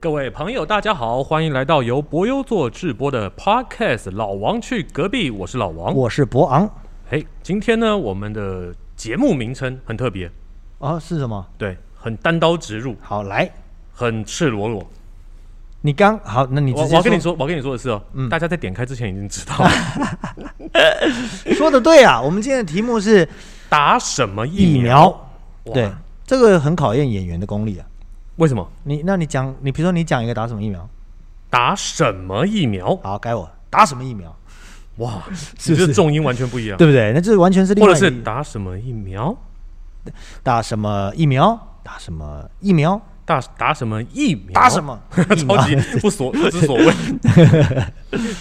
各位朋友，大家好，欢迎来到由博优做制播的 Podcast《老王去隔壁》，我是老王。我是博昂哎，今天呢，我们的节目名称很特别，哦啊，是什么？对，很单刀直入，好，来，很赤裸裸。你刚好，那你我直我接嗯要跟你说，我跟你说的是哦，大家在点开之前已经知道了， 说的对啊，我们今天的题目是打什么疫疫苗，哇对，这个很考验演员的功力啊。为什么？你那你讲，你比如说你讲一个打什么疫苗？打什么疫苗？好，该我打什么疫苗，嗯哇，是你不这是重音完全不一样。对不对？那这完全是另或外者一是个打什么疫苗？打什么疫苗，打什么疫苗，打打什么疫苗？打什么疫 苗超级不所不知所谓。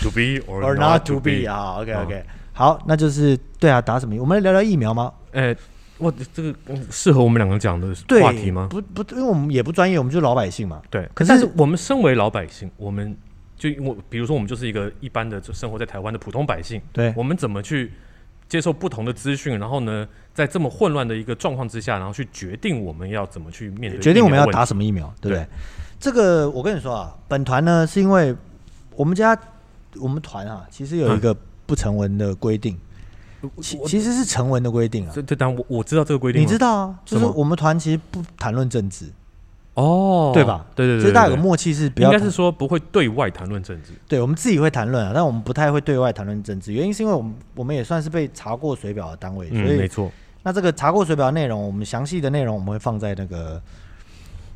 to be or, or not not to be 啊？啊？OK OK，好，那就是对啊，打什么疫？我们来聊聊疫苗吗？哎，我这个嗯适合我们两个讲的对，话题吗？不不，因为我们也不专业，我们就是老百姓嘛。对，可是但是我们身为老百姓，我们就我比如说我们就是一个一般的就生活在台湾的普通百姓，对我们怎么去接受不同的资讯，然后呢，在这么混乱的一个状况之下，然后去决定我们要怎么去面对，决定我们要打打，什么疫苗，对不对？对这个我跟你说啊，本团呢是因为我们家我们团啊，其实有一个不成文的规定，其其实是成文的规定啊。呃这这当然我我知道这个规定吗，你知道啊，就是什么我们团其实不谈论政治，哦，对吧？对对对，所以大家有个对默契是不对应要该谈，是说不会对外谈论政治，对我们自己会谈论啊，但我们不太会对外谈论政治。原因是因为我们我们也算是被查过水表的单位，所嗯，没以错。那这个查过水表的内容，我们详细的内容我们会放在那个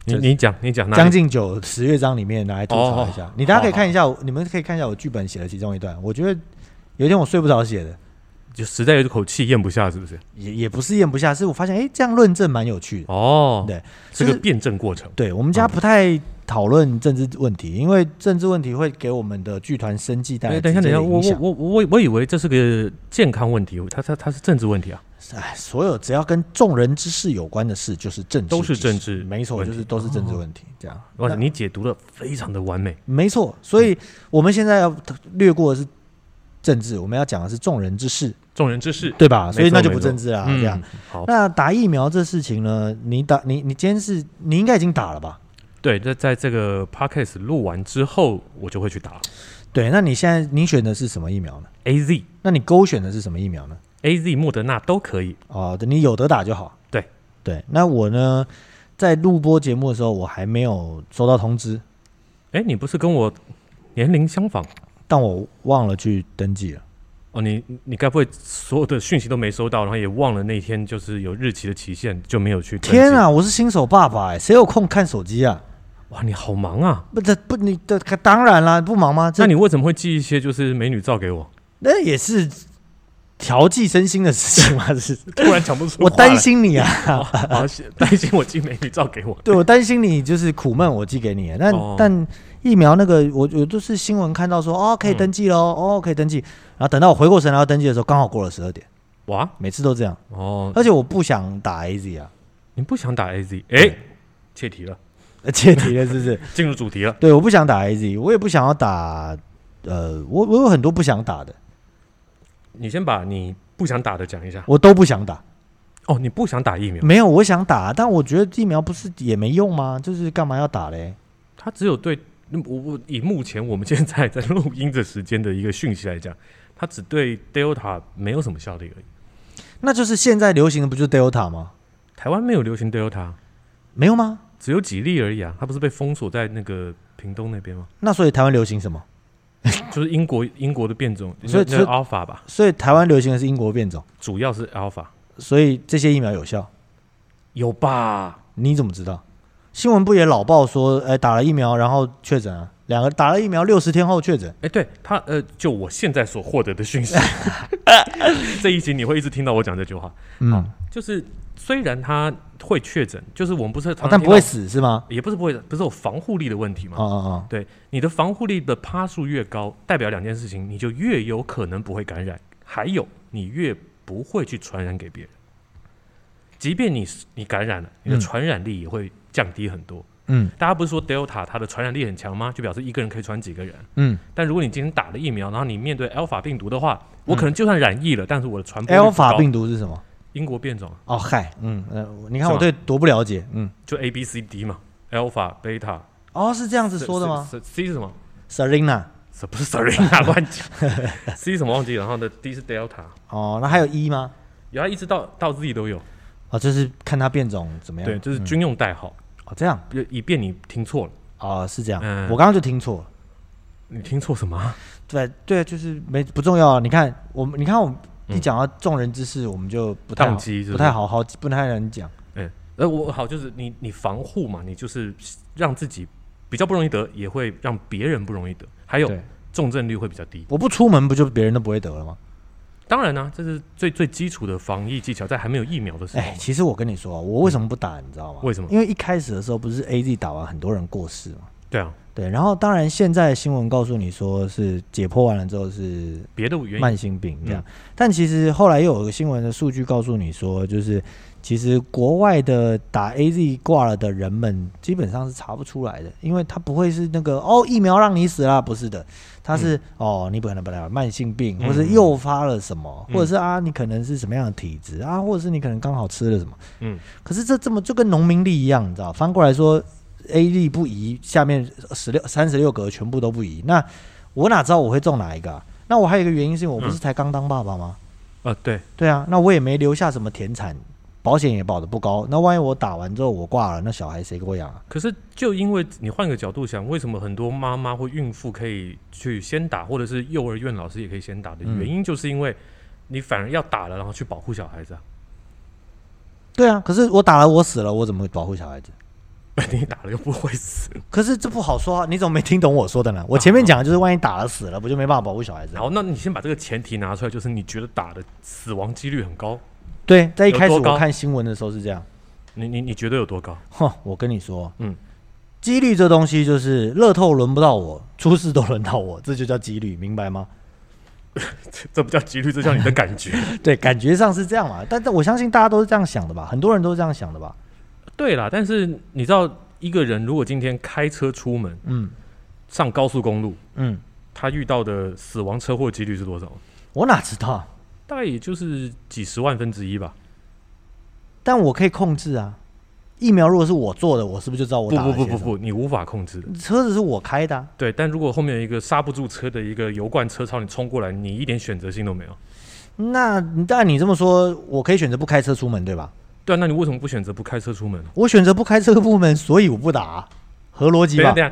你就你讲你讲哪里将近九十乐章里面拿来吐槽一下。哦你大家可以看一下，你们可以看一下我剧本写的其中一段。我觉得有一天我睡不着写的，就实在有一口气咽不下，是不是？也也不是咽不下，是我发现哎、诶这样论证蛮有趣的。哦，对，这就个是辩证过程，对我们家不太讨论政治问题，因为政治问题会给我们的剧团生计带嗯哎，来等一下，直等接一下，的我我影响。我我我以为这是个健康问题，它它它是政治问题啊。哎，所有只要跟众人之事有关的事，就是政治，都是政治没错，问题哦就是都是政治问题。这样，哇，那你解读的非常的完美。没错，所以我们现在要略过的是政治，我们要讲的是众人之事。众人之事，对吧？没错所以那就不政治啦，嗯啊这样。好，那打疫苗这事情呢？你打你你今天是你应该已经打了吧？对，那在这个 podcast 录完之后，我就会去打对，那你现在你选的是什么疫苗呢？ A Z 那你勾选的是什么疫苗呢？ A Z 莫德纳都可以。哦，对你有得打就好。对对，那我呢，在录播节目的时候，我还没有收到通知，哎，你不是跟我年龄相仿但我忘了去登记了。哦？你你该不会所有的讯息都没收到，然后也忘了那天就是有日期的期限，就没有去？天！啊，我是新手爸爸哎，谁有空看手机啊？哇，你好忙啊！不，这不你这当然啦，不忙吗？这那你为什么会寄一些就是美女照给我？那也是调剂身心的事情嘛，是 突然讲不出我话来担心你啊。 好担心我寄美女照给我。 对我担心你就是苦闷，我寄给你了。但、哦但疫苗那个，我我都是新闻看到说，哦，可以登记喽，哦，可以登记。然后等到我回过神来要登记的时候，刚好过了十二点，哇每次都这样。哦，而且我不想打 AZ 啊，你不想打 AZ？哎、切题了，呃切题了是不是？ 进入主题了。对，我不想打 AZ，我也不想要打，呃，我我有很多不想打的，你先把你不想打的讲一下。我都不想打。哦，你不想打疫苗，没有，我想打，但我觉得疫苗不是也没用吗？就是干嘛要打嘞？它只有对我我以目前我们现在在录音的时间的一个讯息来讲，它只对 Delta 没有什么效力而已。那就是现在流行的不就是 Delta 吗？台湾没有流行 Delta，没有吗？只有几例而已啊。它不是被封锁在那个屏东那边吗？那所以台湾流行什么？就是英国英国的变种，所以那那所 Alpha 吧，所以台湾流行的是英国变种。主要是 Alpha，所以这些疫苗有效，有吧？你怎么知道？新闻不也老报说，哎，打了疫苗然后确诊啊，两个打了疫苗六十天后确诊，哎，对他，呃，就我现在所获得的 讯息，这一集你会一直听到我讲这句话，嗯，就是虽然他会确诊，就是我们不是常常啊但听不到嗯会，死是吗？也不是不会，不是有防护力的问题吗？啊啊啊！对，你的防护力的趴数越高，代表两件事情，你就越有可能不会感染，还有你越不会去传染给别人。即便你是你感染了，你的嗯传染力也会降低很多。嗯大家不是说 Delta 它的传染力很强吗？就表示一个人可以传几个人。嗯但如果你今天打了疫苗，然后你面对 Alpha 病毒的话，我可能就算染疫了，但是我的传播哎率不高，Alpha 病毒是什么？英国变种哦，嗨，嗯呃，你是看我吗对多不了解，嗯，就 A B C D 嘛，Alpha、Beta 哦，是这样子说的吗？C C 是什么？ ？Serena，是不是 Serena 乱讲？C 是什么忘记了？然后呢，D 是 Delta，哦，那还有一、e、吗？然后一直到到 Z 都有。哦，就是看它变种怎么样。对，这是嗯军用代号，哦这样就以便你听错了。哦是这样，嗯我刚刚就听错了。你听错什么啊？对对，就是没不重要啊。你看我们，你看我们嗯一讲到众人之事，我们就不太好宕机是不是不太好好不太能讲。嗯，呃，我好就是你你防护嘛，你就是让自己比较不容易得，也会让别人不容易得，还有对，重症率会比较低。我不出门，不就别人都不会得了吗？当然呢、这是最最基础的防疫技巧，在还没有疫苗的时候哎，嘛。其实我跟你说啊，我为什么不打，你知道吗？为什么因为一开始的时候不是 A Z 打完很多人过世嘛。对啊，对，然后当然现在新闻告诉你说是解剖完了之后是别的原因嗯慢性病这样。但其实后来又有个新闻的数据告诉你说，就是其实国外的打 A Z 挂了的人们，基本上是查不出来的，因为他不会是那个哦疫苗让你死啦，不是的，他是、哦你可能本来有慢性病，或是嗯诱发了什么，嗯或者是啊你可能是什么样的体质啊，或者是你可能刚好吃了什么。嗯，可是这这么就跟农民力一样，你知道，翻过来说，A 力不移，下面十六三十六格全部都不移。那我哪知道我会中哪一个、啊？那我还有一个原因是因为我嗯不是才刚当爸爸吗？呃，对，对啊，那我也没留下什么田产，保险也保的不高。那万一我打完之后我挂了，那小孩谁给我养啊？可是就因为你换个角度想，为什么很多妈妈或孕妇可以去先打，或者是幼儿园老师也可以先打的嗯原因，就是因为你反而要打了，然后去保护小孩子啊。 对啊，可是我打了我死了，我怎么保护小孩子？你打了又不会死。可是这不好说啊，你怎么没听懂我说的呢？我前面讲的就是万一打了死了，不就没办法保护小孩子了？好，那你先把这个前提拿出来，就是你觉得打的死亡几率很高，对，在一开始有多高我看新闻的时候是这样。你你你觉得有多高？ 哼，我跟你说，嗯嗯，几率这东西就是乐透轮不到我，出事都轮到我，这就叫几率，明白吗？这不叫几率，这叫你的感觉。对，感觉上是这样嘛，但但我相信大家都是这样想的吧，很多人都是这样想的吧， 对啦，但是你知道，一个人如果今天开车出门嗯上高速公路，嗯，他遇到的死亡车祸几率是多少？我哪知道啊？大概也就是几十万分之一吧。但我可以控制啊。疫苗如果是我做的，我是不是就知道我不打不了不些不什不，你无法控制的。么车子是我开的、啊，对，但如果后面有一个刹不住车的一个油罐车朝你冲过来，你一点选择性都没有。那但你这么说，我可以选择不开车出门，对吧？对啊，那你为什么不选择不开车出门？我选择不开车出门，所以我不打啊、合逻辑对吧？对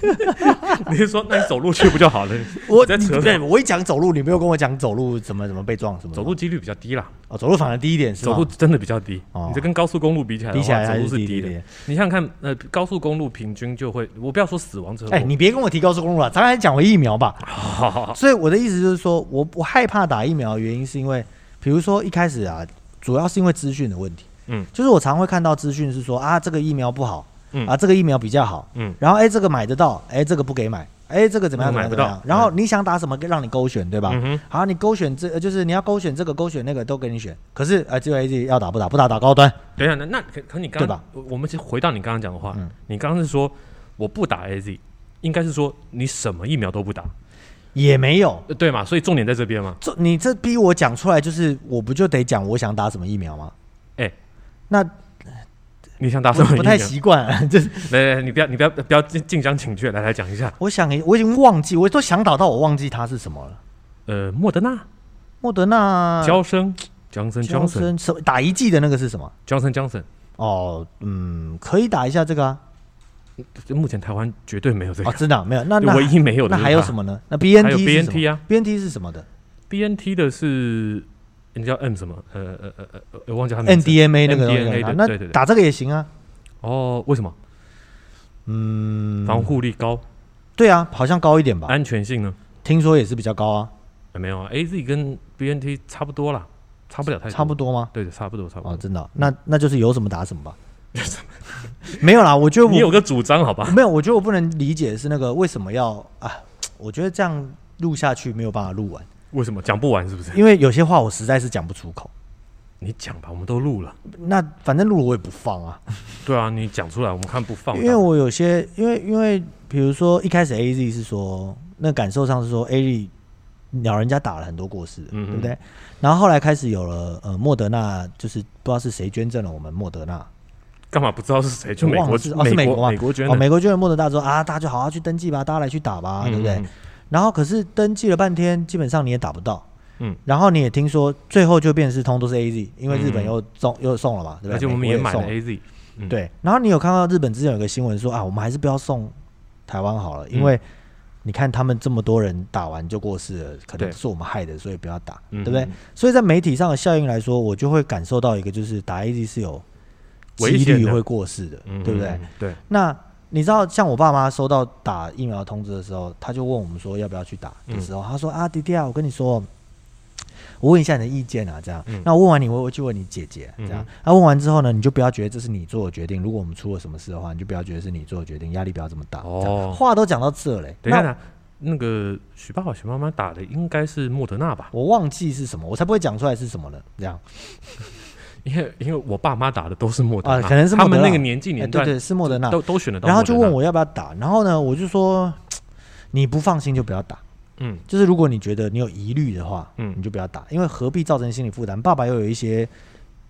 对， 你是说那你走路去不就好了？我在你车对上我一讲走路，你没有跟我讲走路怎么怎么被撞什么的走吗路几率比较低啦，哦，走路反而低一点是走吗？路真的比较低。哦你这跟高速公路比起来的比话，起来还走路低低一的。点。你想想看，呃，高速公路平均就会，我不要说死亡车祸，哎，你别跟我提高速公路啊了，咱还讲回疫苗吧。好好好，所以我的意思就是说，我我害怕打疫苗的原因是因为，比如说一开始啊，主要是因为资讯的问题。嗯，就是我常会看到资讯是说啊，这个疫苗不好，嗯啊，这个疫苗比较好，嗯，然后哎，这个买得到，哎，这个不给买，哎，这个怎么样那怎个买不么样怎么到样，然后你想打什么让你勾选对吧？嗯哼，好，你勾选这呃就是你要勾选这个勾选那个都给你选，可是啊，只有 A Z 要打不打不打打高端，等一下，那那可可你刚对吧我我们先回到你刚刚讲的话，嗯你刚刚是说我不打 AZ，应该是说你什么疫苗都不打，也没有，呃对嘛？所以重点在这边嘛。这你这逼我讲出来，就是我不就得讲我想打什么疫苗吗？哎那你想打什我么疫不苗？太习惯、 就是来来，来你不要你不要不要近近乡情怯，来来讲一下。我想我已经忘记，我都想打到我忘记它是什么了。呃，莫德纳、莫德纳、娇生、Johnson 娇 Johnson 生什么打一剂的那个是什么？ Johnson Johnson，哦，嗯，可以打一下这个啊。这目前台湾绝对没有这个哦，，真的啊、没有，那就那唯一没有的那就是还有它什么呢？那还 BNT 有是什 BNT 么啊？BNT 是什么的 BNT 的是人家叫 M 什么？呃呃呃呃呃，我忘记他名字。 ？NDMA 那个东西 MDMA 啊的那对对对打这个也行啊。哦，为什么？嗯，防护力高，对啊，好像高一点吧？安全性呢？听说也是比较高啊，呃没有啊，A Z 跟 B N T 差不多啦，差不了太多差不多吗？对的，哎差不多差不哦，多。真的啊、那那就是有什么打什么吧。 没有啦，我觉得你我有个主张好吧？没有，我觉得我不能理解的是那个为什么要啊？我觉得这样录下去没有办法录完，为什么讲不完是不是？因为有些话我实在是讲不出口。你讲吧，我们都录了。那反正录了我也不放啊，对啊，你讲出来，我们看不放。因为我有些，因为因为比如说一开始 A Z 是说，那感受上是说 A Z 老人家打了很多过世，嗯哼对不对？然后后来开始有了呃莫德纳，就是不知道是谁捐赠了我们莫德纳，干嘛不知道是谁？就美我忘国了是哦是美国国吗美国捐哦，的，美国捐了莫德纳之后啊，大家就好好去登记吧，大家来去打吧，嗯对不对？？然后可是登记了半天，基本上你也打不到。嗯，然后你也听说，最后就变成是通都是 A Z，因为日嗯本又送、又送了嘛，对不对？而且我们美国也也买了送 AZ，嗯对，然后你有看到日本之前有个新闻说啊，我们还是不要送台湾好了，嗯因为你看他们这么多人打完就过世了，可对能是我们害的，所以不要打，嗯对不对？所以在媒体上的效应来说，我就会感受到一个就是打 A Z 是有危几险率的会过世的，嗯对不对？？对，那你知道，像我爸妈收到打疫苗通知的时候，他就问我们说要不要去打嗯的时候，他说啊，弟弟啊，我跟你说，我问一下你的意见啊，这样。嗯那我问完你，我会去问你姐姐，这嗯样。那、问完之后呢，你就不要觉得这是你做的决定。如果我们出了什么事的话，你就不要觉得是你做的决定，压力不要这么大。这样哦话都讲到这嘞，等一下那啦，那个许爸爸、许妈妈打的应该是莫德纳吧？我忘记是什么，我才不会讲出来是什么呢？这样，因为因为我爸妈打的都是莫德啊纳，可能是莫他德纳们那个年纪哎、年对段对，是莫德纳。都都选得到。然后就问，我要不要打，然后呢，我就说你不放心就不要打。嗯就是如果你觉得你有疑虑的话，嗯你就不要打，因为何必造成心理负担？爸爸又有一些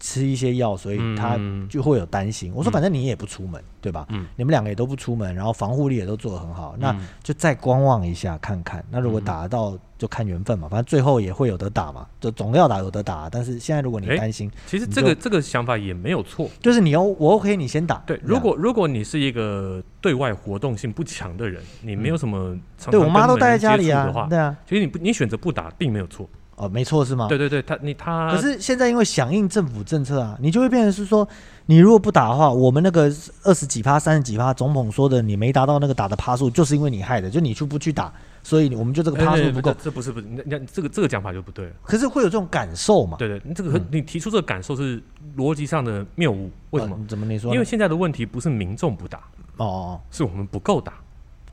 吃一些药，所以他嗯就会有担心。我说，嗯反正你也不出门，对吧？嗯你们两个也都不出门，然后防护力也都做得很好，那嗯就再观望一下看看。那如果打得到，就看缘嗯分嘛，反正最后也会有得打嘛，就总要打有得打。但是现在如果你诶担心，其实你这个就这个想法也没有错。就是你要我 OK，你先打。对，这样如果如果你是一个对外活动性不强的人，你没有什么常常嗯对我妈跟都待在人家里接触的啊话，，对啊，其实你不你选择不打并没有错。哦，没错是吗？对对对，他你他可是现在因为响应政府政策啊，你就会变成是说，你如果不打的话，我们那个二十几趴、三十几趴，总统说的你没达到那个打的趴数，就是因为你害的，就你去不去打，所以我们就这个趴哎数哎不够这。这不是不是，那那这个这个讲法就不对了。可是会有这种感受嘛？对对，你这个和嗯你提出这个感受是逻辑上的谬误。为什么呃？怎么你说呢？因为现在的问题不是民众不打，哦哦，是我们不够打。哦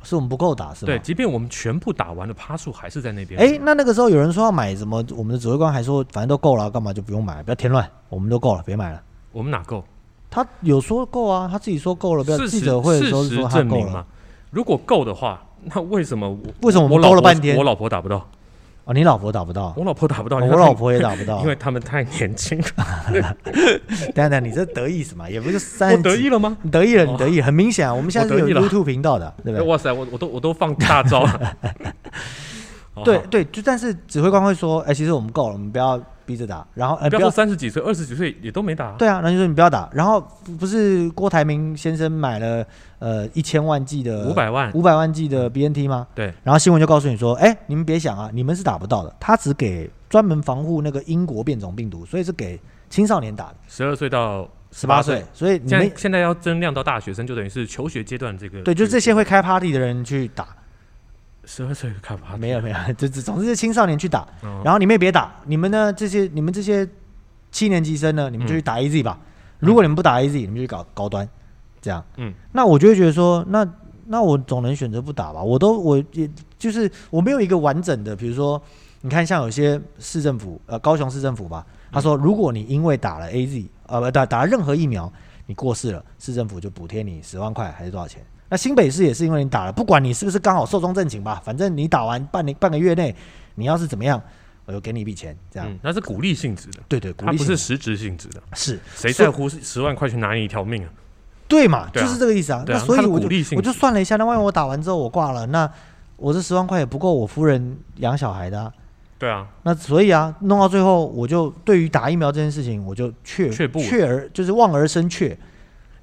是我们不够打是吗？对，。即便我们全部打完了，趴数还是在那边。哎，那那个时候有人说要买什么，我们的指挥官还说反正都够了，干嘛就不用买，不要添乱，我们都够了，别买了。我们哪够？他有说够啊，他自己说够了，不要事记实者会的事时候实说他证够明了。嘛。如果够的话，那为什么我为什么我我们老勾婆了半天我？老婆打不到，哦，你老婆打不到，我老婆打不到，哦因为我她老婆也打不 到，因为他们太年轻了。 等一下哎等一下，你这得意什么？也不是三我十得意几，了吗？你得意了，你得意，很明显啊。我们现在我是得有意了 YouTube 频道的，对不对？哇塞，我我都我都放大招 了。好对好对，就但是指挥官会说，哎，其实我们够了，我们不要逼着打，然后哎不要不说要，三十几岁，二十几岁也都没打啊。对啊，然后就说你不要打，然后不是郭台铭先生买了呃一千万剂的五百万五百万剂的 BNT 吗？对，然后新闻就告诉你说，哎，你们别想啊，你们是打不到的，他只给专门防护那个英国变种病毒，所以是给青少年打的，十二岁到十八岁，，所以你现们在现在要增量到大学生，就等于是求学阶段这个。对，就这些会开 party 的人去打。十二岁开发没有没有， 这这总之是青少年去打，啊哦然后你们也别打，你们呢这些你们这些七年级生呢，你们就去嗯打 AZ 吧。如果你们不打 AZ，你们就去搞高端，这样。嗯，那我就会觉得说，那那我总能选择不打吧？我都我也就是我没有一个完整的，比如说你看像有些市政府，呃，高雄市政府吧，嗯他说如果你因为打了 AZ，呃，不打打了任何疫苗，你过世了，市政府就补贴你十万块还是多少钱？那新北市也是因为你打了，不管你是不是刚好寿终正寝吧，反正你打完半年半个月内，你要是怎么样，我就给你一笔钱，这样。嗯，那是鼓励性质的，对对，鼓它励不是性实质性质的。是谁所以在乎是十万块钱拿你一条命啊？对嘛，对啊就是这个意思啊。对那啊所它以的我鼓就励性我就质算了一下，那万一我打完之后我挂了，那我这十万块也不够我夫人养小孩的啊、对啊，那所以啊，弄到最后，我就对于打疫苗这件事情，我就却却步了却而就是望而生却。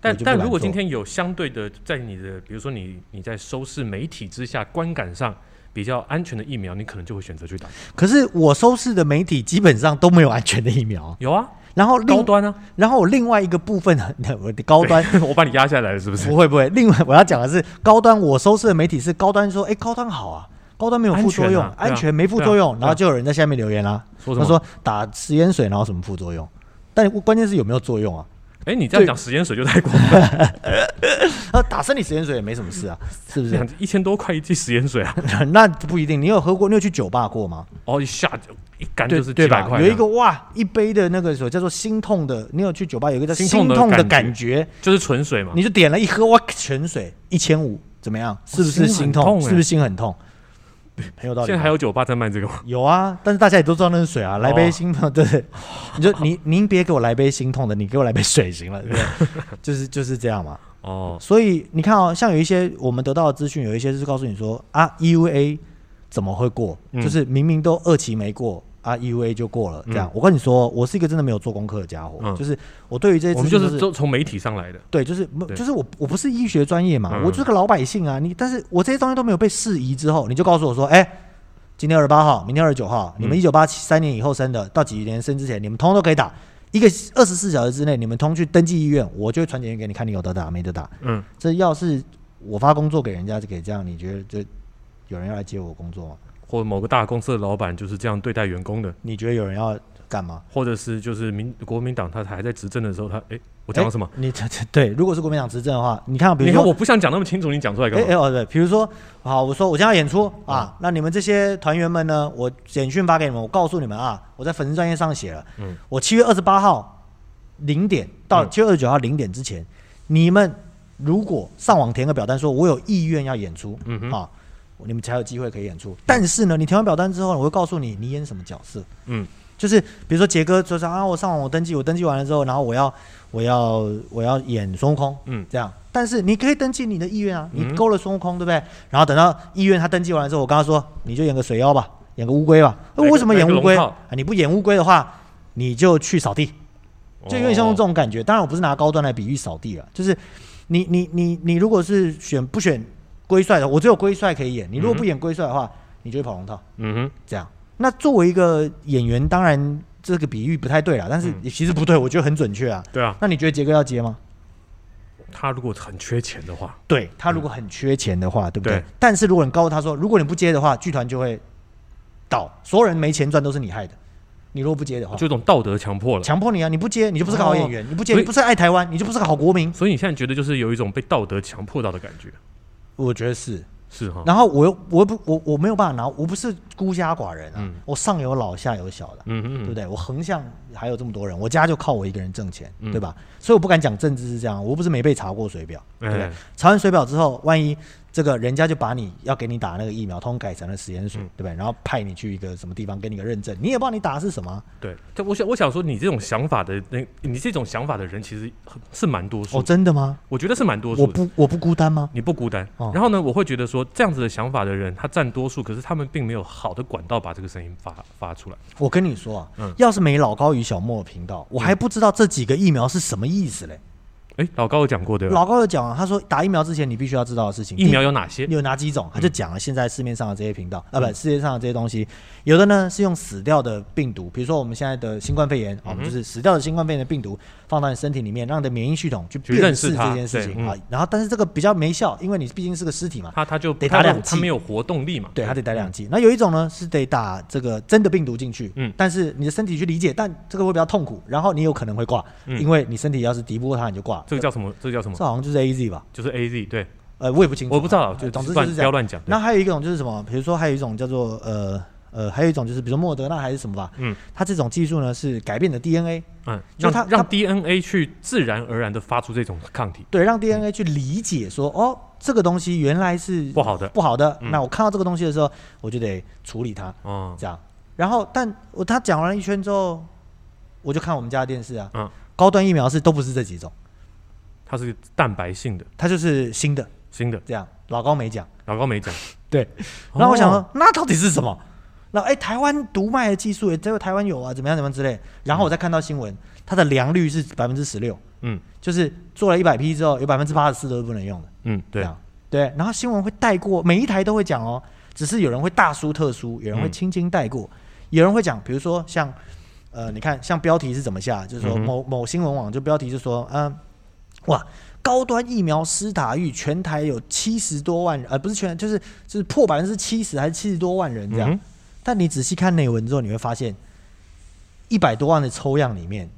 但我就不但敢如果做今天有相对的，在你的比如说你你在收视媒体之下观感上比较安全的疫苗，你可能就会选择去打。可是我收视的媒体基本上都没有安全的疫苗，有啊，然后高另端啊，然后我另外一个部分，我的高端 我把你压下来了，是不是？ 不会不会，另外我要讲的是高端，我收视的媒体是高端说，哎，高端好啊，高端没有副作用，安全啊对啊安全没副作用，对啊然后就有人在下面留言啦、说什么？他说打食盐水然后什么副作用？但关键是有没有作用啊？哎、你这样讲时间水就太过分了。后呃打生理食盐水也没什么 事啊，是不两是？一千多块一剂食盐水啊，那不一定。你有喝过？你有去酒吧过吗？哦，一下就一干对就是几对百吧？块这样，啊有一个哇，一杯的那个什么叫做心痛的，你有去酒吧有一个叫心心痛的痛的感感觉，就是纯水嘛，你就点了一喝哇，泉水一千五，怎么样？是不心是心很痛？痛欸是不是心很痛？很有道理吧。现在还有酒吧在卖这个吗？有啊，但是大家也都知道那是水啊，来杯哦心痛，对，你就你您别给我来杯心痛的，你给我来杯水行了，对不 对？就是就是这样嘛。哦，所以你看哦，像有一些我们得到的资讯，有一些是告诉你说啊，EUA 怎么会过？嗯就是明明都二期没过啊，EUA 就过了。这样，嗯我跟你说，我是一个真的没有做功课的家伙，嗯就是我对于这些我们资讯就都是都从媒体上来的，对，就是对就是我我不是医学专业嘛，嗯我就是个老百姓啊。你但是我这些东西都没有被释疑之后，你就告诉我说，哎、今天二十八号，明天二十九号，嗯你们一九八三年以后生的，到几年生之前，你们通通都可以打。一个二十四小时之内，你们通去登记医院，我就会传简讯给你，看你有得打没得打。嗯，这要是我发工作给人家，就给这样，你觉得这有人要来接我工作吗？或者某个大公司的老板就是这样对待员工的，你觉得有人要干嘛？或者是就是民国民党他还在执政的时候，他哎，我讲了什么？哎？你 这这对，如果是国民党执政的话，你看，啊比你如看说我不想讲那么清楚，你讲出来干哎哎嘛？哦对，比如说好，我说我今天要演出啊，那你们这些团员们呢，我简讯发给你们，我告诉你们啊，我在粉丝专业上写了，嗯我七月二十八号零点到嗯七月二十九号零点之前，你们如果上网填个表单，说我有意愿要演出，嗯哼啊，你们才有机会可以演出。但是呢，你填完表单之后，我会告诉你你演什么角色，嗯，就是比如说杰哥就是啊，我上网我登记，我登记完了之后，然后我要我要我要演孙悟空，嗯，这样。但是你可以登记你的意愿啊，你嗯勾了孙悟空，对不对？然后等到意愿他登记完了之后，我跟他说，你就演个水妖吧，演个乌龟吧。来个为什么演乌龟来个龙啊套？你不演乌龟的话，你就去扫地，就有点像这哦种感觉。当然，我不是拿高端来比喻扫地了，就是你你你你如果是选不选龟帅的，我只有龟帅可以演。你如果不演龟帅的话，你就会跑龙套。嗯这样。那作为一个演员，当然这个比喻不太对啦，但是嗯也其实不对，我觉得很准确啊。哼，对啊，那你觉得杰哥要接吗？他如果很缺钱的话，对他如果很缺钱的话，对不对？对但是如果你告诉他说，如果你不接的话，剧团就会倒，所有人没钱赚都是你害的。你如果不接的话，就有种道德强迫了。强迫你啊！你不接，你就不是个好演员，你不接，所你以不是爱台湾，你就不是个好国民。所以你现在觉得就是有一种被道德强迫到的感觉，我觉得是。是哈？然后我又我又不我我没有办法拿，我不是孤家寡人啊，嗯我上有老下有小的，嗯对嗯不嗯，对？我横向还有这么多人，我家就靠我一个人挣钱，嗯对吧？所以我不敢讲政治是这样，我又不是没被查过水表，对不对？哎查完水表之后，万一这个人家就把你要给你打那个疫苗，通通改成了食盐水，嗯对不对？然后派你去一个什么地方给你个认证，你也不知道你打的是什么啊。对。但我想，我想说，你这种想法的那，你这种想法的人其实很是蛮多数哦，的，真的吗？我觉得是蛮多我数的。不我不孤单吗？你不孤单哦。然后呢，我会觉得说，这样子的想法的人，他占多数，可是他们并没有好的管道把这个声音发发出来。我跟你说啊，嗯要是没老高与小莫的频道，我还不知道这几个疫苗是什么意思嘞。诶，老高有讲过对吧？老高有讲啊，他说打疫苗之前你必须要知道的事情，疫苗有哪些？你有哪几种？他就嗯讲了现在市面上的这些频道、啊，不，世界上的这些东西，有的呢是用死掉的病毒，比如说我们现在的新冠肺炎，啊，我嗯们就是死掉的新冠肺炎的病毒放到你身体里面，让你的免疫系统去去辨认识识这它件事对情嗯啊。然后，但是这个比较没效，因为你毕竟是个尸体嘛， 他他就得他打没有两剂他没有活动力嘛？对，它得打两剂。那有一种呢是得打这个真的病毒进去，嗯但是你的身体去理解，但这个会比较痛苦，然后你有可能会挂，嗯因为你身体要是敌不过它，你就挂了。这个叫什么？这个叫什么这？好像就是 A Z 吧？就是 A Z 对，呃，我也不清楚啊，我不知道，呃就总之就乱是不这样要。乱讲。对那还有一种就是什么？比如说还有一种叫做呃呃，还有一种就是比如说莫德纳还是什么吧，嗯它这种技术呢是改变你的 DNA，嗯，就让他他让 DNA 去自然而然的发出这种抗体，对，让 DNA 去理解说哦，这个东西原来是不好的。不好的，嗯那我看到这个东西的时候，我就得处理它，嗯，这样。然后，但我他讲完了一圈之后，我就看我们家的电视啊，嗯高端疫苗是都不是这几种，它是蛋白性的，它就是新的新的。这样。老高没讲，老高没讲。对，然后我想说，哦，那到底是什么？那哎，台湾独卖的技术也只有台湾有啊，怎么样怎么样之类。然后我再看到新闻，它的良率是百分之十六，嗯就是做了一百批之后，有百分之八十四都是不啊能用的。嗯，这对，样对。然后新闻会带过，每一台都会讲哦，只是有人会大书特书，有人会嗯轻轻带过，有人会讲，比如说像呃，你看像标题是怎么下，就是说嗯哼某、某新闻网就标题就说，嗯、哇。高端疫苗施打率全台有七十多万人，呃，不是全，就是就是破百分之七十还是七十多万人这样。嗯哼但你仔细看内文之后，你会发现，一百多万的抽样里面，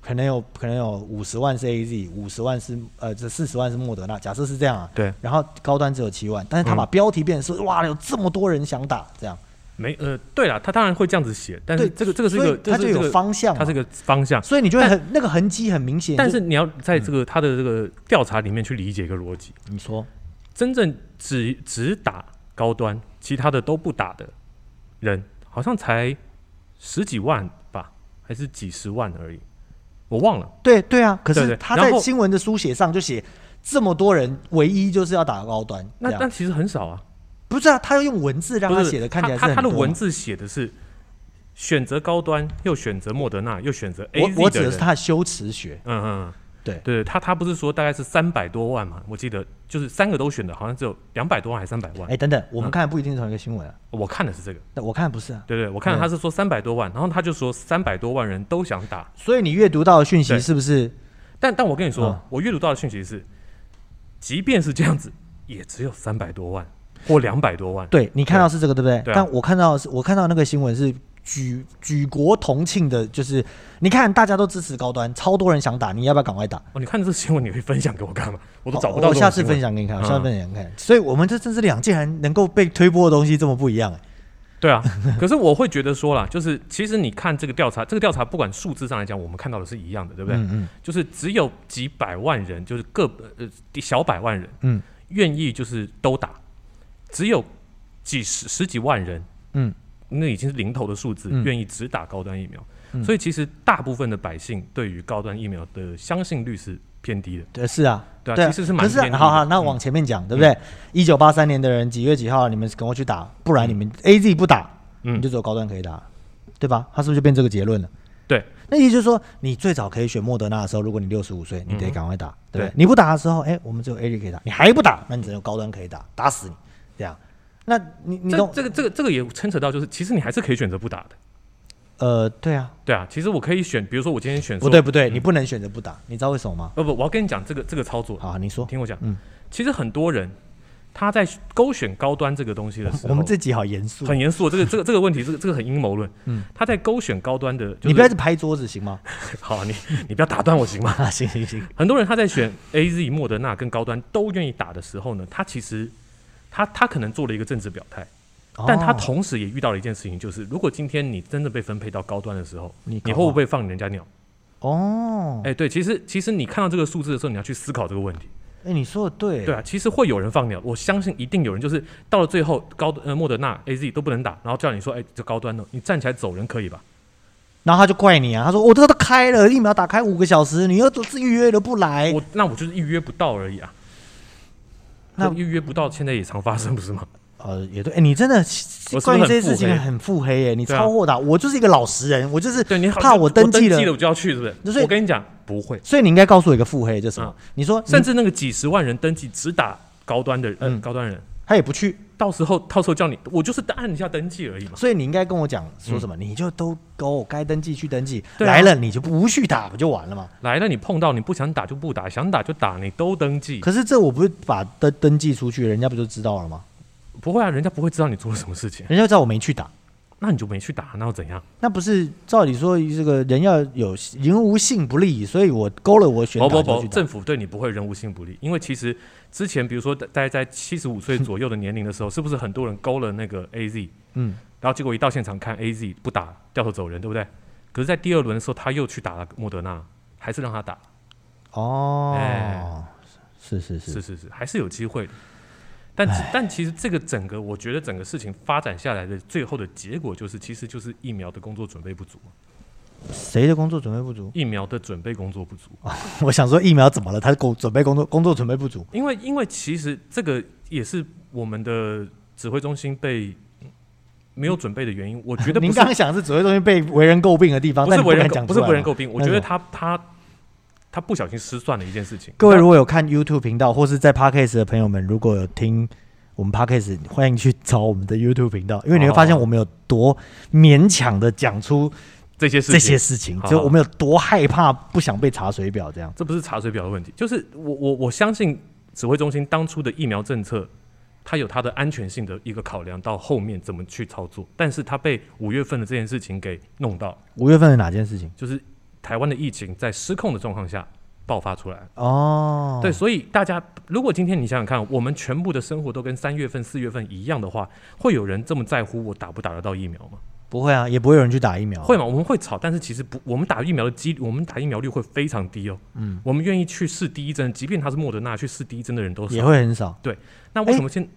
可能有可能有五十万是 A Z，五十万是呃这四十万是莫德纳，假设是这样啊，对，嗯然后高端只有七万，但是他把标题变成是、哇有这么多人想打这样，没呃，对了，他当然会这样子写，但是对这个这个是一所个以，它这就是这有个方向嘛，它是一个方向，所以你就会很那个痕迹很明显，但就是嗯你要在这个他的这个调查里面去理解一个逻辑，你说真正只只打高端，其他的都不打的人，好像才十几万吧，还是几十万而已，我忘了。对对啊，可对是对他然在后新闻的书写上就写这么多人，唯一就是要打高端，那这样那其实很少啊，不是啊，他要用文字让不他是写的看起来是他他很他的多嘛文字写的是选择高端，又选择莫德纳，又选择 A 我我指的的人是。他的修辞学，嗯嗯，嗯对对，他他不是说大概是三百多万嘛？我记得就是三个都选的，好像只有两百多万还是三百万哎、。等等，我们看的不一定是同一个新闻啊，我看的是这个，那我看的不是啊，对对，我看了他是说三百多万，然后他就说三百多万人都想打，所以你阅读到的讯息对是不是但但我跟你说，嗯我阅读到的讯息是，即便是这样子，也只有三百多万或两百多万。对你看到是这个对不对？对啊但我看到的是我看到那个新闻是举举国同庆的，就是你看大家都支持高端，超多人想打，你要不要赶快打？哦，你看这个新闻，你会分享给我干嘛？我都找不哦到我这种新闻。下次分享给你看，我嗯下次分享给你看。所以我们这真是两竟然能够被推播的东西这么不一样、哎对啊， 可是我会觉得说啦，就是其实你看这个调查，这个调查不管数字上来讲，我们看到的是一样的，对不对？嗯嗯就是只有几百万人，就是个呃小百万人，嗯，愿意就是都打，只有几十十几万人，嗯，那已经是零头的数字，嗯愿意只打高端疫苗。嗯所以其实大部分的百姓对于高端疫苗的相信率是偏低的，对，是啊，对啊对啊，其实是蛮可是啊偏低的好好，那往前面讲，对不对？一九八三年的人几月几号，你们跟我去打，不然你们 A Z 不打，嗯你就只有高端可以打，对吧？他是不是就变这个结论了？对，那也就是说，你最早可以选莫德纳的时候，如果你六十五岁，你得赶快打，对嗯不对对？你不打的时候，哎，我们只有 A Z 可以打，你还不打，那你只能有高端可以打，打死你，这样。那你你这懂？这个这个这个也牵扯到，就是其实你还是可以选择不打的，呃，对啊，嗯对啊，其实我可以选，比如说我今天选说不对，不对，你不能选择不打，你知道为什么吗？呃不，我要跟你讲这个这个操作，好，你说。听我讲，嗯其实很多人他在勾选高端这个东西的时候，我们这集好严肃，很严肃，这个这个这个问题，这个这个很阴谋论。嗯他在勾选高端的，就是、你不要一直拍桌子行 吗？好，你你不要打断我行吗？啊，行行行，很多人他在选 A Z、莫德纳跟高端都愿意打的时候呢，他其实他他可能做了一个政治表态，但他哦同时也遇到了一件事情，就是如果今天你真的被分配到高端的时候，你你搞会不啊会放人家鸟？哦，哎、对，其实其实你看到这个数字的时候，你要去思考这个问题。哎、你说的对，对啊，其实会有人放鸟，我相信一定有人，就是到了最后高呃莫德纳、A Z 都不能打，然后叫你说，哎、这高端呢，你站起来走人可以吧？然后他就怪你啊，他说我这都开了，疫苗打开五个小时，你又都是预约了不来，我那我就是预约不到而已啊。那那预约不到，现在也常发生，不是 吗？呃，也对，哎、你真的我是不是关于这些很腹事情黑很腹黑耶、你对啊超豁达，我就是一个老实人，我就是对你好，怕我登记了，了，我就要去，是不是？嗯那所以我跟你讲，不会，所以你应该告诉我一个腹黑，就是什么？嗯你说甚至至那个几十万人登记只打高端的人，嗯，嗯高端人，他也不去，到时候到时候叫你，我就是按一下登记而已嘛。所以你应该跟我讲说什么，你就都跟我该登记去登记，嗯对啊嗯来了你就无序打不就完了吗？来了，你碰到你不想打就不打，想打就打，你都登记，可是这我不是把登登记出去，人家不就知道了吗？不会啊，人家不会知道你做了什么事情，人家知道我没去打，那你就没去打，那又怎样？那不是照理说这个人要有人无信不立，所以我勾了我选不打哦不就不，去打。政府对你不会人无信不利，因为其实之前比如说大概在七十五岁左右的年龄的时候，是 不是很多人勾了那个 A Z，嗯，然后结果一到现场看 A Z 不打，掉头走人，对不对？可是，在第二轮的时候，他又去打了莫德纳，还是让他打，哦，哎是是是是是是，还是有机会的。但但其实这个整个，我觉得整个事情发展下来的最后的结果就是，其实就是疫苗的工作准备不足，谁的工作准备不足？ 疫苗的准备工作不足。我想说疫苗怎么了？他工准备工作工作准备不足。因为因为其实这个也是我们的指挥中心被嗯没有准备的原因，我觉得不您是刚刚想是指挥中心被为人诟病的地方，不但是你为人敢诟讲不出是来哦为人嘛诟病，我那觉得种他他他不小心失算了一件事情。各位那如果有看 YouTube 频道或是在 Podcast 的朋友们，如果有听我们 Podcast，欢迎去找我们的 YouTube 频道，因为你会发现好我们有多勉强的讲出这些事这情，些事情，好就我们有多害怕不想被查水表这样。这不是查水表的问题，就是我我我相信指挥中心当初的疫苗政策，它有它的安全性的一个考量，到后面怎么去操作，但是它被五月份的这件事情给弄到，五月份是哪件事情？就是台湾的疫情在失控的状况下爆发出来。哦，对，，所以大家如果今天你想想看，我们全部的生活都跟三月份、四月份一样的话，会有人这么在乎我打不打得到疫苗吗？不会啊，也不会有人去打疫苗，会吗？我们会吵，但是其实不，我们打疫苗的机，我们打疫苗率会非常低哦。嗯，我们愿意去试第一针，即便他是莫德纳，去试第一针的人都也少。会很少。那为什么现、嗯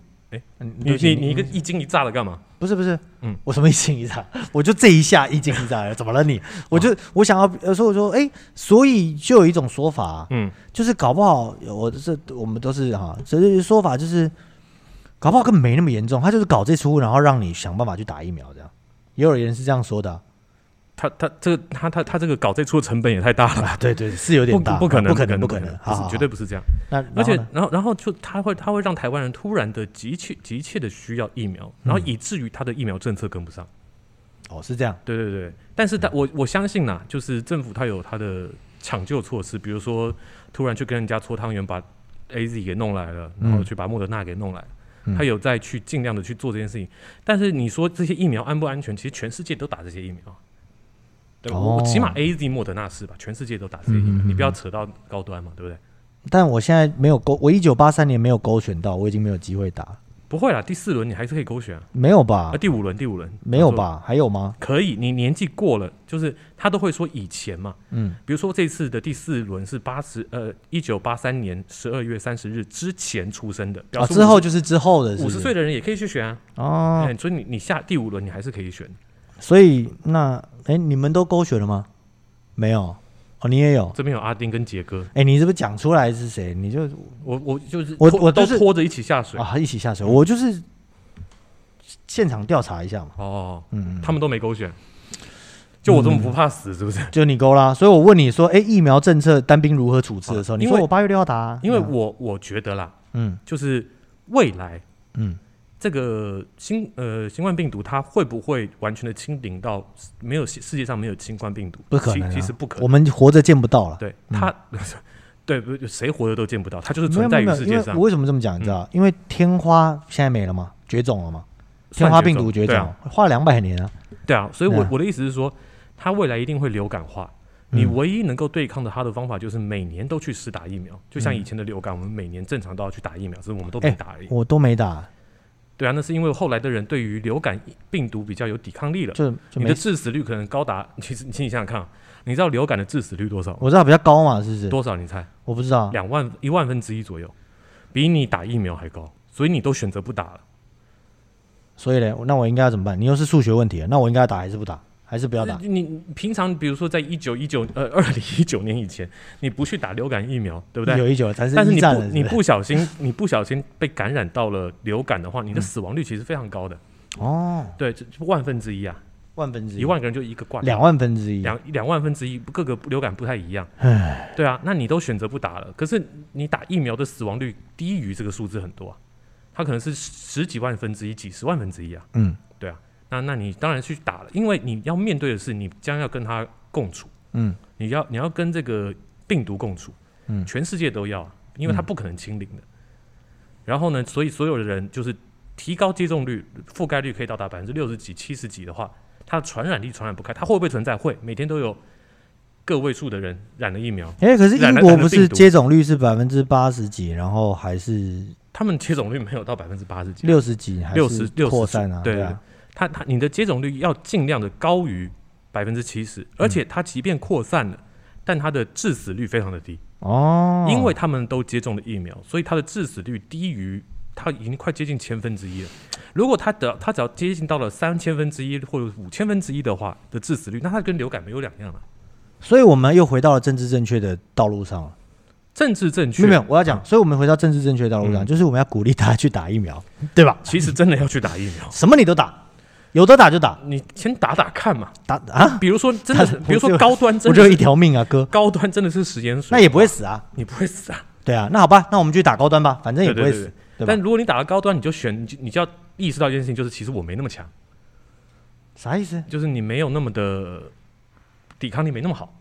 你对不起你你一个一惊一乍的干嘛？不是不是，嗯嗯，我什么一惊一乍，我就这一下一惊一乍的，怎么了你？我就我想要，呃，所以我说，哎，所以就有一种说法啊，嗯，就是搞不好，我这我们都是哈，所以说法就是，搞不好根本没那么严重，他就是搞这出，然后让你想办法去打疫苗，这样，也有人是这样说的他啊、他这个他他他这个搞这出的成本也太大了吧。对对，是有不点大，不可能，不可能，不不可能，不好好是好绝对不是这样。那而而且且，然后，然后就他会，他会让台湾人突然的急切、急切的需要疫苗，嗯然后以至于他的疫苗政策跟不上。哦是这样，对对对，但是嗯他我我相信呐、就是政府他有他的抢救措施，比如说突然去跟人家搓汤圆，把 A Z 给弄来了，然后去把莫德纳给弄来了嗯他有在去尽量的去做这件事情，但是你说这些疫苗安不安全？其实全世界都打这些疫苗，对吧？我我哦起码 A Z 莫德纳是吧？全世界都打这些疫苗，嗯嗯嗯你不要扯到高端嘛，对不对？但我现在没有勾，我一九八三年没有勾选到，我已经没有机会打了，不会啦，第四轮你还是可以勾选啊，没有吧啊，？第五轮第五轮没有？呃吧？还有吗？可以，你年纪过了，就是他都会说以前嘛，嗯，比如说这次的第四轮是八十呃一九八三年十二月三十日之前出生的，表啊，示之后就是之后的是五不十是岁的人也可以去选啊，哦，哎所以你你下第五轮你还是可以选，所以那哎、你们都勾选了吗？没有，哦，你也有。这边有阿丁跟杰哥，哎、你是不是讲出来是谁？你就我我就是我拖我都就是拖着一起下水啊一起下水，我就是现场调查一下嘛。哦，嗯，他们都没勾选，就我这么不怕死是不是？就你勾啦。所以我问你说，哎、疫苗政策单兵如何处置的时候，啊你因说为我八月六号打啊、因为嗯我我觉得啦，嗯就是未来嗯这个新呃新冠病毒它会不会完全的清零到没有世界上没有新冠病毒？不可能啊其其实不可能我。们活着见不到了。对嗯他，对不谁活着都见不到，它就是没存有在于没有世因界为上嗯我。为什么这么讲？你知道、因为天花现在没了嘛，绝种了嘛，天算花绝病种毒绝对种，啊花了两百年啊。对啊，所以我嗯我的意思是说，它未来一定会流感化。你嗯唯一能够对抗的它的方法就是每年都去试打疫苗，就像以前的流感，我们每年正常都要去打疫苗，只是我们都没哎打而已。我都没打，对啊，那是因为后来的人对于流感病毒比较有抵抗力了，就就你没的。致死率可能高达，其实你请你想想看啊，你知道流感的致死率多少吗？我知道比较高嘛，是不啊是？多少？你猜？我不知道，两万一万分之一左右，比你打疫苗还高，所以你都选择不打了。所以嘞，那我应该要怎么办？你又是数学问题了，那我应该要打还是不打？还是不要那打？你你平常比如说在一九一九呃二零一九年以前，你不去打流感疫苗，对不对？有一九，咱是但是一你战不了，是你不是不小心你不小心被感染到了流感的话，你的死亡率其实非常高的，嗯哦，对，这这万分之一啊，万分之一万个人就一个挂掉两万分之一，两两万分之一，各个流感不太一样，对啊，那你都选择不打了，可是你打疫苗的死亡率低于这个数字很多啊，它可能是十几万分之一、几十万分之一啊，嗯对啊，那那你当然去打了，因为你要面对的是你将要跟他共处，嗯，你要你要跟这个病毒共处，嗯全世界都要啊，因为它不可能清零的。然后呢，所以所有的人就是提高接种率，覆盖率可以到达百分之六十几、七十几的话，它的传染力传染不开，它会不会存在？会，每天都有个位数的人染了疫苗，哎，可是染英了国染了不病是毒接种率是百分之八十几，然后还是他们接种率没有到百分之八十几，六十几，还60是60扩散啊？对对啊，它它你的接种率要尽量的高于百分之七嗯十，而且它即便扩散了，但它的致死率非常的低，哦，因为他们都接种了疫苗，所以它的致死率低于它已经快接近千分之一了。如果它得它只要接近到了三千分之一或者五千分之一的话的致死率，那它跟流感没有两样了。啊所以我们又回到了政治正确的道路上了。政治正确没有没有，我要讲，所以我们回到政治正确的道路上，嗯就是我们要鼓励大家去打疫苗，对吧？其实真的要去打疫苗，什么你都打，有的打就打，你先打打看嘛。打啊，比如说真的是，但是比如说我只有高端真我只有的是一条命啊，哥，高端真的是食盐水，那也不会死啊。你不会死啊。对啊，那好吧，那我们去打高端吧，反正也对不对会对死对。对吧但如果你打到高端，你就选，你就你就要意识到一件事情，就是其实我没那么强，啥意思？就是你没有那么的抵抗力没那么好，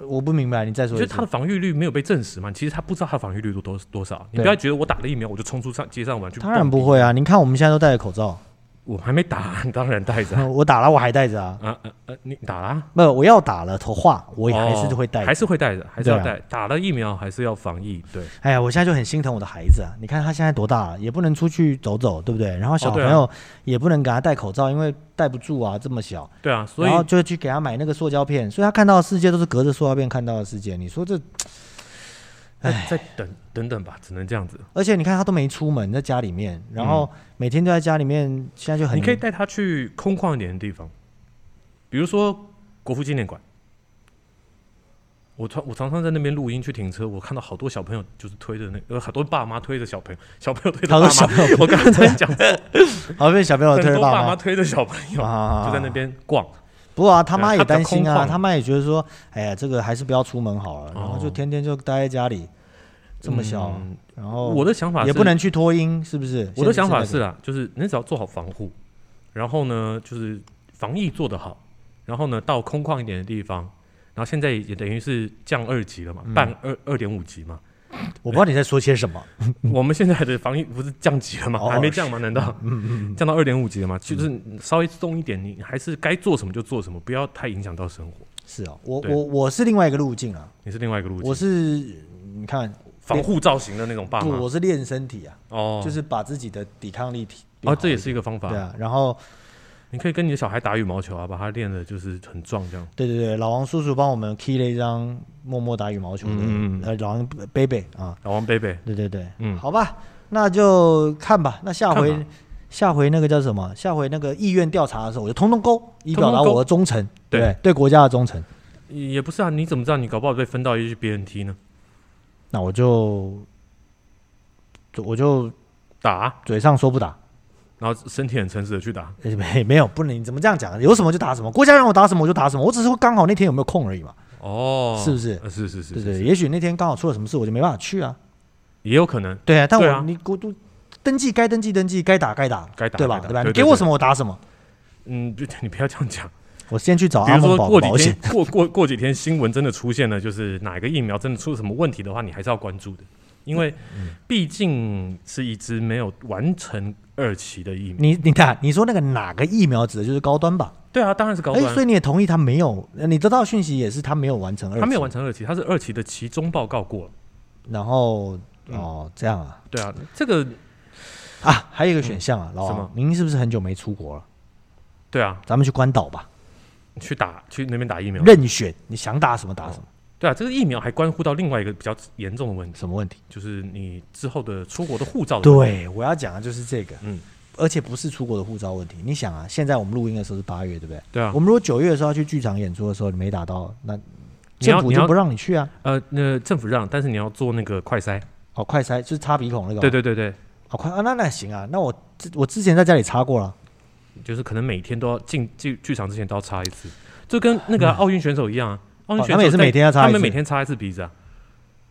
我不明白，你再说就是一他次的。防御率没有被证实嘛。其实他不知道他防御率多多多少，你对不要觉得我打了疫苗我就冲出上街上玩去蹦迪。当然不会啊！你看我们现在都戴着口罩，我还没打，当然带 着啊。嗯我打了我还带着啊，啊呃呃，你打啦、不，我要打了头话，我也还哦是会带着还。是会带着，还是要对啊带。打了疫苗还是要防疫，对，哎呀，我现在就很心疼我的孩子啊！你看他现在多大了，也不能出去走走，对不对？然后小朋对啊友也不能给他戴口罩，因为戴不住啊，这么小。对啊，所以然后就去给他买那个塑胶片，所以他看到的世界都是隔着塑胶片看到的世界。你说这，再再等等等吧，只能这样子。而且你看他都没出门，在家里面，然后每天都在家里面，现在就嗯很你可以带他去空旷一点的地方，比如说国父纪念馆。我常我常常在那边录音去停车，我看到好多小朋友就是推着那呃很多爸妈推着小朋友，小朋友推着好爸多小妈。我刚刚在讲很 好被小朋友推多着爸妈妈。推着小朋友啊就在那边逛，不过啊，他妈对他也比较担心啊，空旷他妈也觉得说，哎呀，这个还是不要出门好了，然后就天天就待在家里，这么小，哦嗯然后我的想法也是不能去脱音，是不是？我的想法现在是啊，就是你只要做好防护，然后呢，就是防疫做得好，然后呢，到空旷一点的地方，然后现在也等于是降二级了嘛，嗯半二二点五级嘛。这个我不知道你在说些什么。我们现在的防疫不是降级了吗？嗯哦嗯还没降吗？难道降到二点五级了吗？就是稍微松一点，你还是该做什么就做什么，不要太影响到生活。是哦，我对我我是另外一个路径啊，你是另外一个路径，我是你看，防护造型的那种爸不，妈我是练身体啊，哦，就是把自己的抵抗力提。哦，这也是一个方法对。啊，然后你可以跟你的小孩打羽毛球啊，把他练的就是很壮这样。对对对，老王叔叔帮我们 key 了一张默默打羽毛球的，嗯嗯嗯呃，老王贝贝啊，老王贝贝，对对对，嗯好吧，那就看吧，那下看回吧下回那个叫什么？下回那个意愿调查的时候，我就通通勾，以表通达通勾我的忠诚，对对对国家的忠诚。也不是啊，你怎么知道你搞不好被分到一去 BNT 呢？那我就就我就打啊，嘴上说不打， 然后身体很诚实的去打。呃没没有，不能你怎么这样讲？有什么就打什么，国家让我打什么我就打什么，我只是会刚好那天有没有空而已嘛，哦，是不是呃是是是，对是对，是也许那天刚好出了什么事，我就没办法去啊。也有可能对啊，但我、对啊你我都登记该登记登记，该打该打，该打对吧？该打对吧？对你对给我对什么我打什么，嗯，就 你不要这样讲。我先去找比阿如梦说保过几保险天，，过过过几天新闻真的出现了，就是哪个疫苗真的出什么问题的话，你还是要关注的，因为嗯毕竟是一支没有完成二期的疫苗。你你打，你说那个哪个疫苗指的就是高端吧？对啊，当然是高哎，端所以。你也同意他没有，呃你得到讯息也是他没有完成二，他没有完，成二期，他是二期的期中报告过了。然后哦这样啊对啊，这个啊，还有一个选项啊，老嗯什王么，您是不是很久没出国了？对啊，咱们去关岛吧，去打去那边打疫苗。任选，你想打什么打什么，对啊，这个疫苗还关乎到另外一个比较严重的问题。什么问题？就是你之后的出国的护照的问题，对，我要讲的就是这个，嗯，而且不是出国的护照问题。你想啊，现在我们录音的时候是八月，对不对？对啊我，们如果九月的时候要去剧场演出的时候，你没打到，那你要政府你就要不让你去啊。呃，那政府让，但是你要做那个快筛，哦，快筛就是擦鼻孔那个哦。对对对对，哦，快啊，那那行啊，那我之我之前在家里擦过了。就是可能每天都要进进剧场之前都要擦一次，就跟那个奥运选手一样啊，奥运选手嗯哦他们也是在每天要擦一次他们每天擦一次鼻子啊，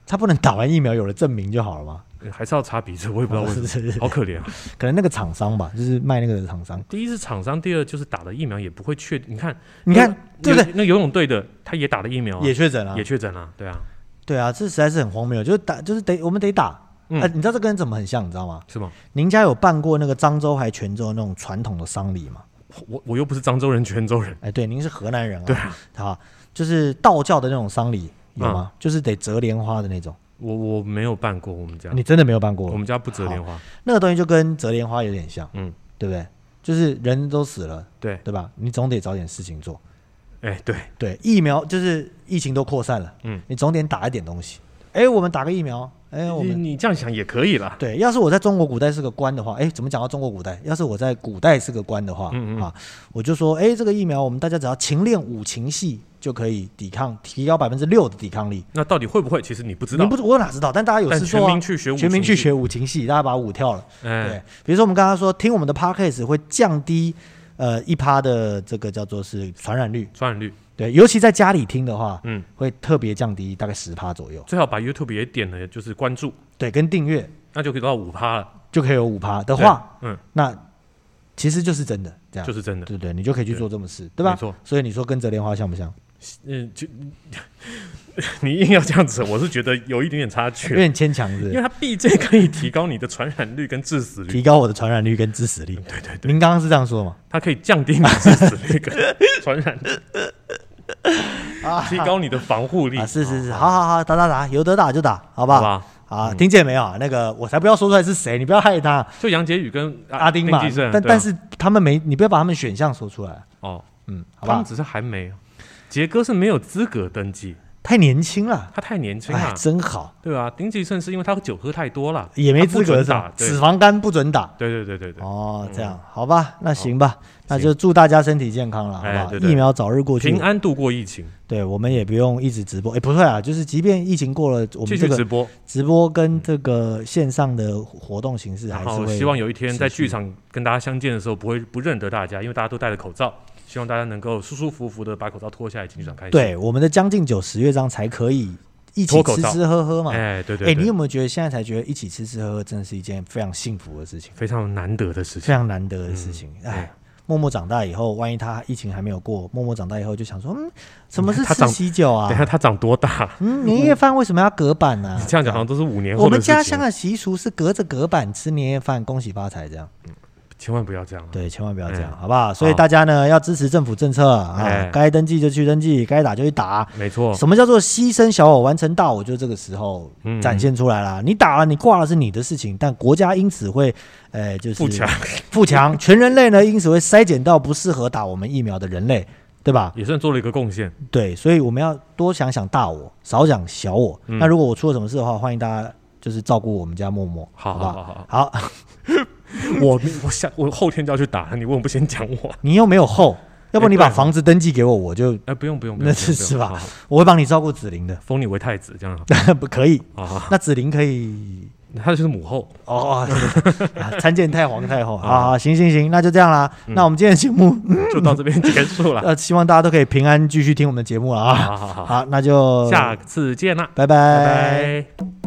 他不能打完疫苗有了证明就好了吗？哦呃还是要擦鼻子，我也不知道为什么，是是是好可怜啊。可能那个厂商吧，就是卖那个的厂商。第一是厂商，第二就是打了疫苗也不会确，你看，你看那对不个对？那游泳队的他也打了疫苗啊，也确诊了也，确诊了，对啊，对啊，这实在是很荒谬，就是打就是得我们得打。嗯啊，你知道这跟人怎么很像，你知道吗？是吗？您家有办过那个漳州还泉州的那种传统的丧礼吗？我我又不是漳州人，泉州人，哎，对，您是河南人啊，对嗯啊，好，就是道教的那种丧礼有吗？就是得折莲花的那种，我我没有办过，我们家你真的没有办过？我们家不折莲花，那个东西就跟折莲花有点像，嗯，对不对？就是人都死了，对，对吧？你总得找点事情做。哎对。对，疫苗就是疫情都扩散了，嗯，你总得打一点东西。哎，我们打个疫苗，哎，我你们你这样想也可以啦。对，要是我在中国古代是个官的话，哎，怎么讲到中国古代？要是我在古代是个官的话，嗯嗯啊，我就说，哎，这个疫苗我们大家只要勤练五禽戏就可以抵抗，提高百分之六的抵抗力。那到底会不会？其实你不知你道。不，我哪知道？但大家有但事全做啊民。去学，全民去学。五禽戏，大家把舞跳了。对哎，，比如说我们刚刚说，听我们的 podcast 会降低呃一趴的这个叫做是传染率，传染率，对，尤其在家里听的话，嗯，会特别降低大概十趴左右，最好把 YouTube 也点了，就是关注，对，跟订阅那就可以到五趴了。就可以有五趴的对话，，嗯，那其实就是真的这样，就是真的，对不对？你就可以去做这么事，对吧？没错。所以你说跟折莲花像不像？嗯，就 你硬要这样子，我是觉得有一点点差有距，点牵强因为是它毕竟可以提高你的传染率跟致 死率，提高我的传染率跟致死率。对对对，您刚刚是这样说吗？它可以降低你的致死率跟传染率， 提高你的防护力，啊，是是是，好好好，打打打，有得打就打，好不嗯好好？吧？啊，听见没有啊？那个我才不要说出来是谁，你不要害他，就杨洁宇跟阿丁嘛丁继。正但对啊但是他们没，你不要把他们选项说出来，哦，嗯，好他们吧？只是还没，杰哥是没有资格登记，太年轻了，他太年轻啊哎了，，真好，对啊，丁继胜是因为他酒喝太多了，也没他不资格准是吧打，对脂肪肝不准打。对对对对嗯对，哦，这样好吧，那行吧，那就祝大家身体健康了，好不哎好？对对疫苗早日过去平，安度过疫情，对我们也不用一直直播。哎，不对啊，就是即便疫情过了，我继们这续直个播，直播跟这个线上的活动形式还然是后会希望有一天在持续剧场跟大家相见的时候，不会不认得大家，因为大家都戴了口罩。希望大家能够舒舒服服的把口罩脱下来进剧场开始。，对我们的《将进酒》十乐章才可以一起脱口吃罩吃喝喝嘛。哎、哎，对对你对，有没有觉得现在才觉得一起吃吃喝喝真的是一件非常幸福的事情，非常难得的事非情。常难得的事情？嗯哎、默默长大以后，万一他疫情还没有过，默默长大以后就想说，嗯，什么是嗯他吃长喜酒 等一下啊？他长多大？嗯，年夜饭为什么要隔板呢、你这样讲好像都是五年我后们的事情。家乡啊的习俗是隔着隔板吃年夜饭，恭喜发财这样。千万不要这样啊。对，千万不要这样，嗯好不好？所以大家呢要支持政府政策啊，哎该登记就去登记，该打就去打。没错，什么叫做牺牲小我完成大我？就这个时候嗯展现出来啦。你打了，你挂了是你的事情，但国家因此会，呃，就是富强 富强，全人类呢因此会筛检到不适合打我们疫苗的人类，对吧？也算做了一个贡献。对，所以我们要多想想大我，少想小我。嗯那如果我出了什么事的话，欢迎大家就是照顾我们家默默，好不好好？好好，好，我我想我后天就要去打了，你为什么不先讲 我？你又没 有后，要不哎你对把房子登记给我，我就哎，不用不用，不那用是 是？吧不用好好我会帮你照顾子玲的， 封你为太子这样好不可以？好好，好那子玲可以他就是母后。哦， 啊参见太皇太后啊，好行行行，那就这样啦。那我们今天的节目，就到这边结束了。 呃，希望大家都可以平安继续听我们的节目了啊。好好好，好，那就下次见啦，拜拜拜。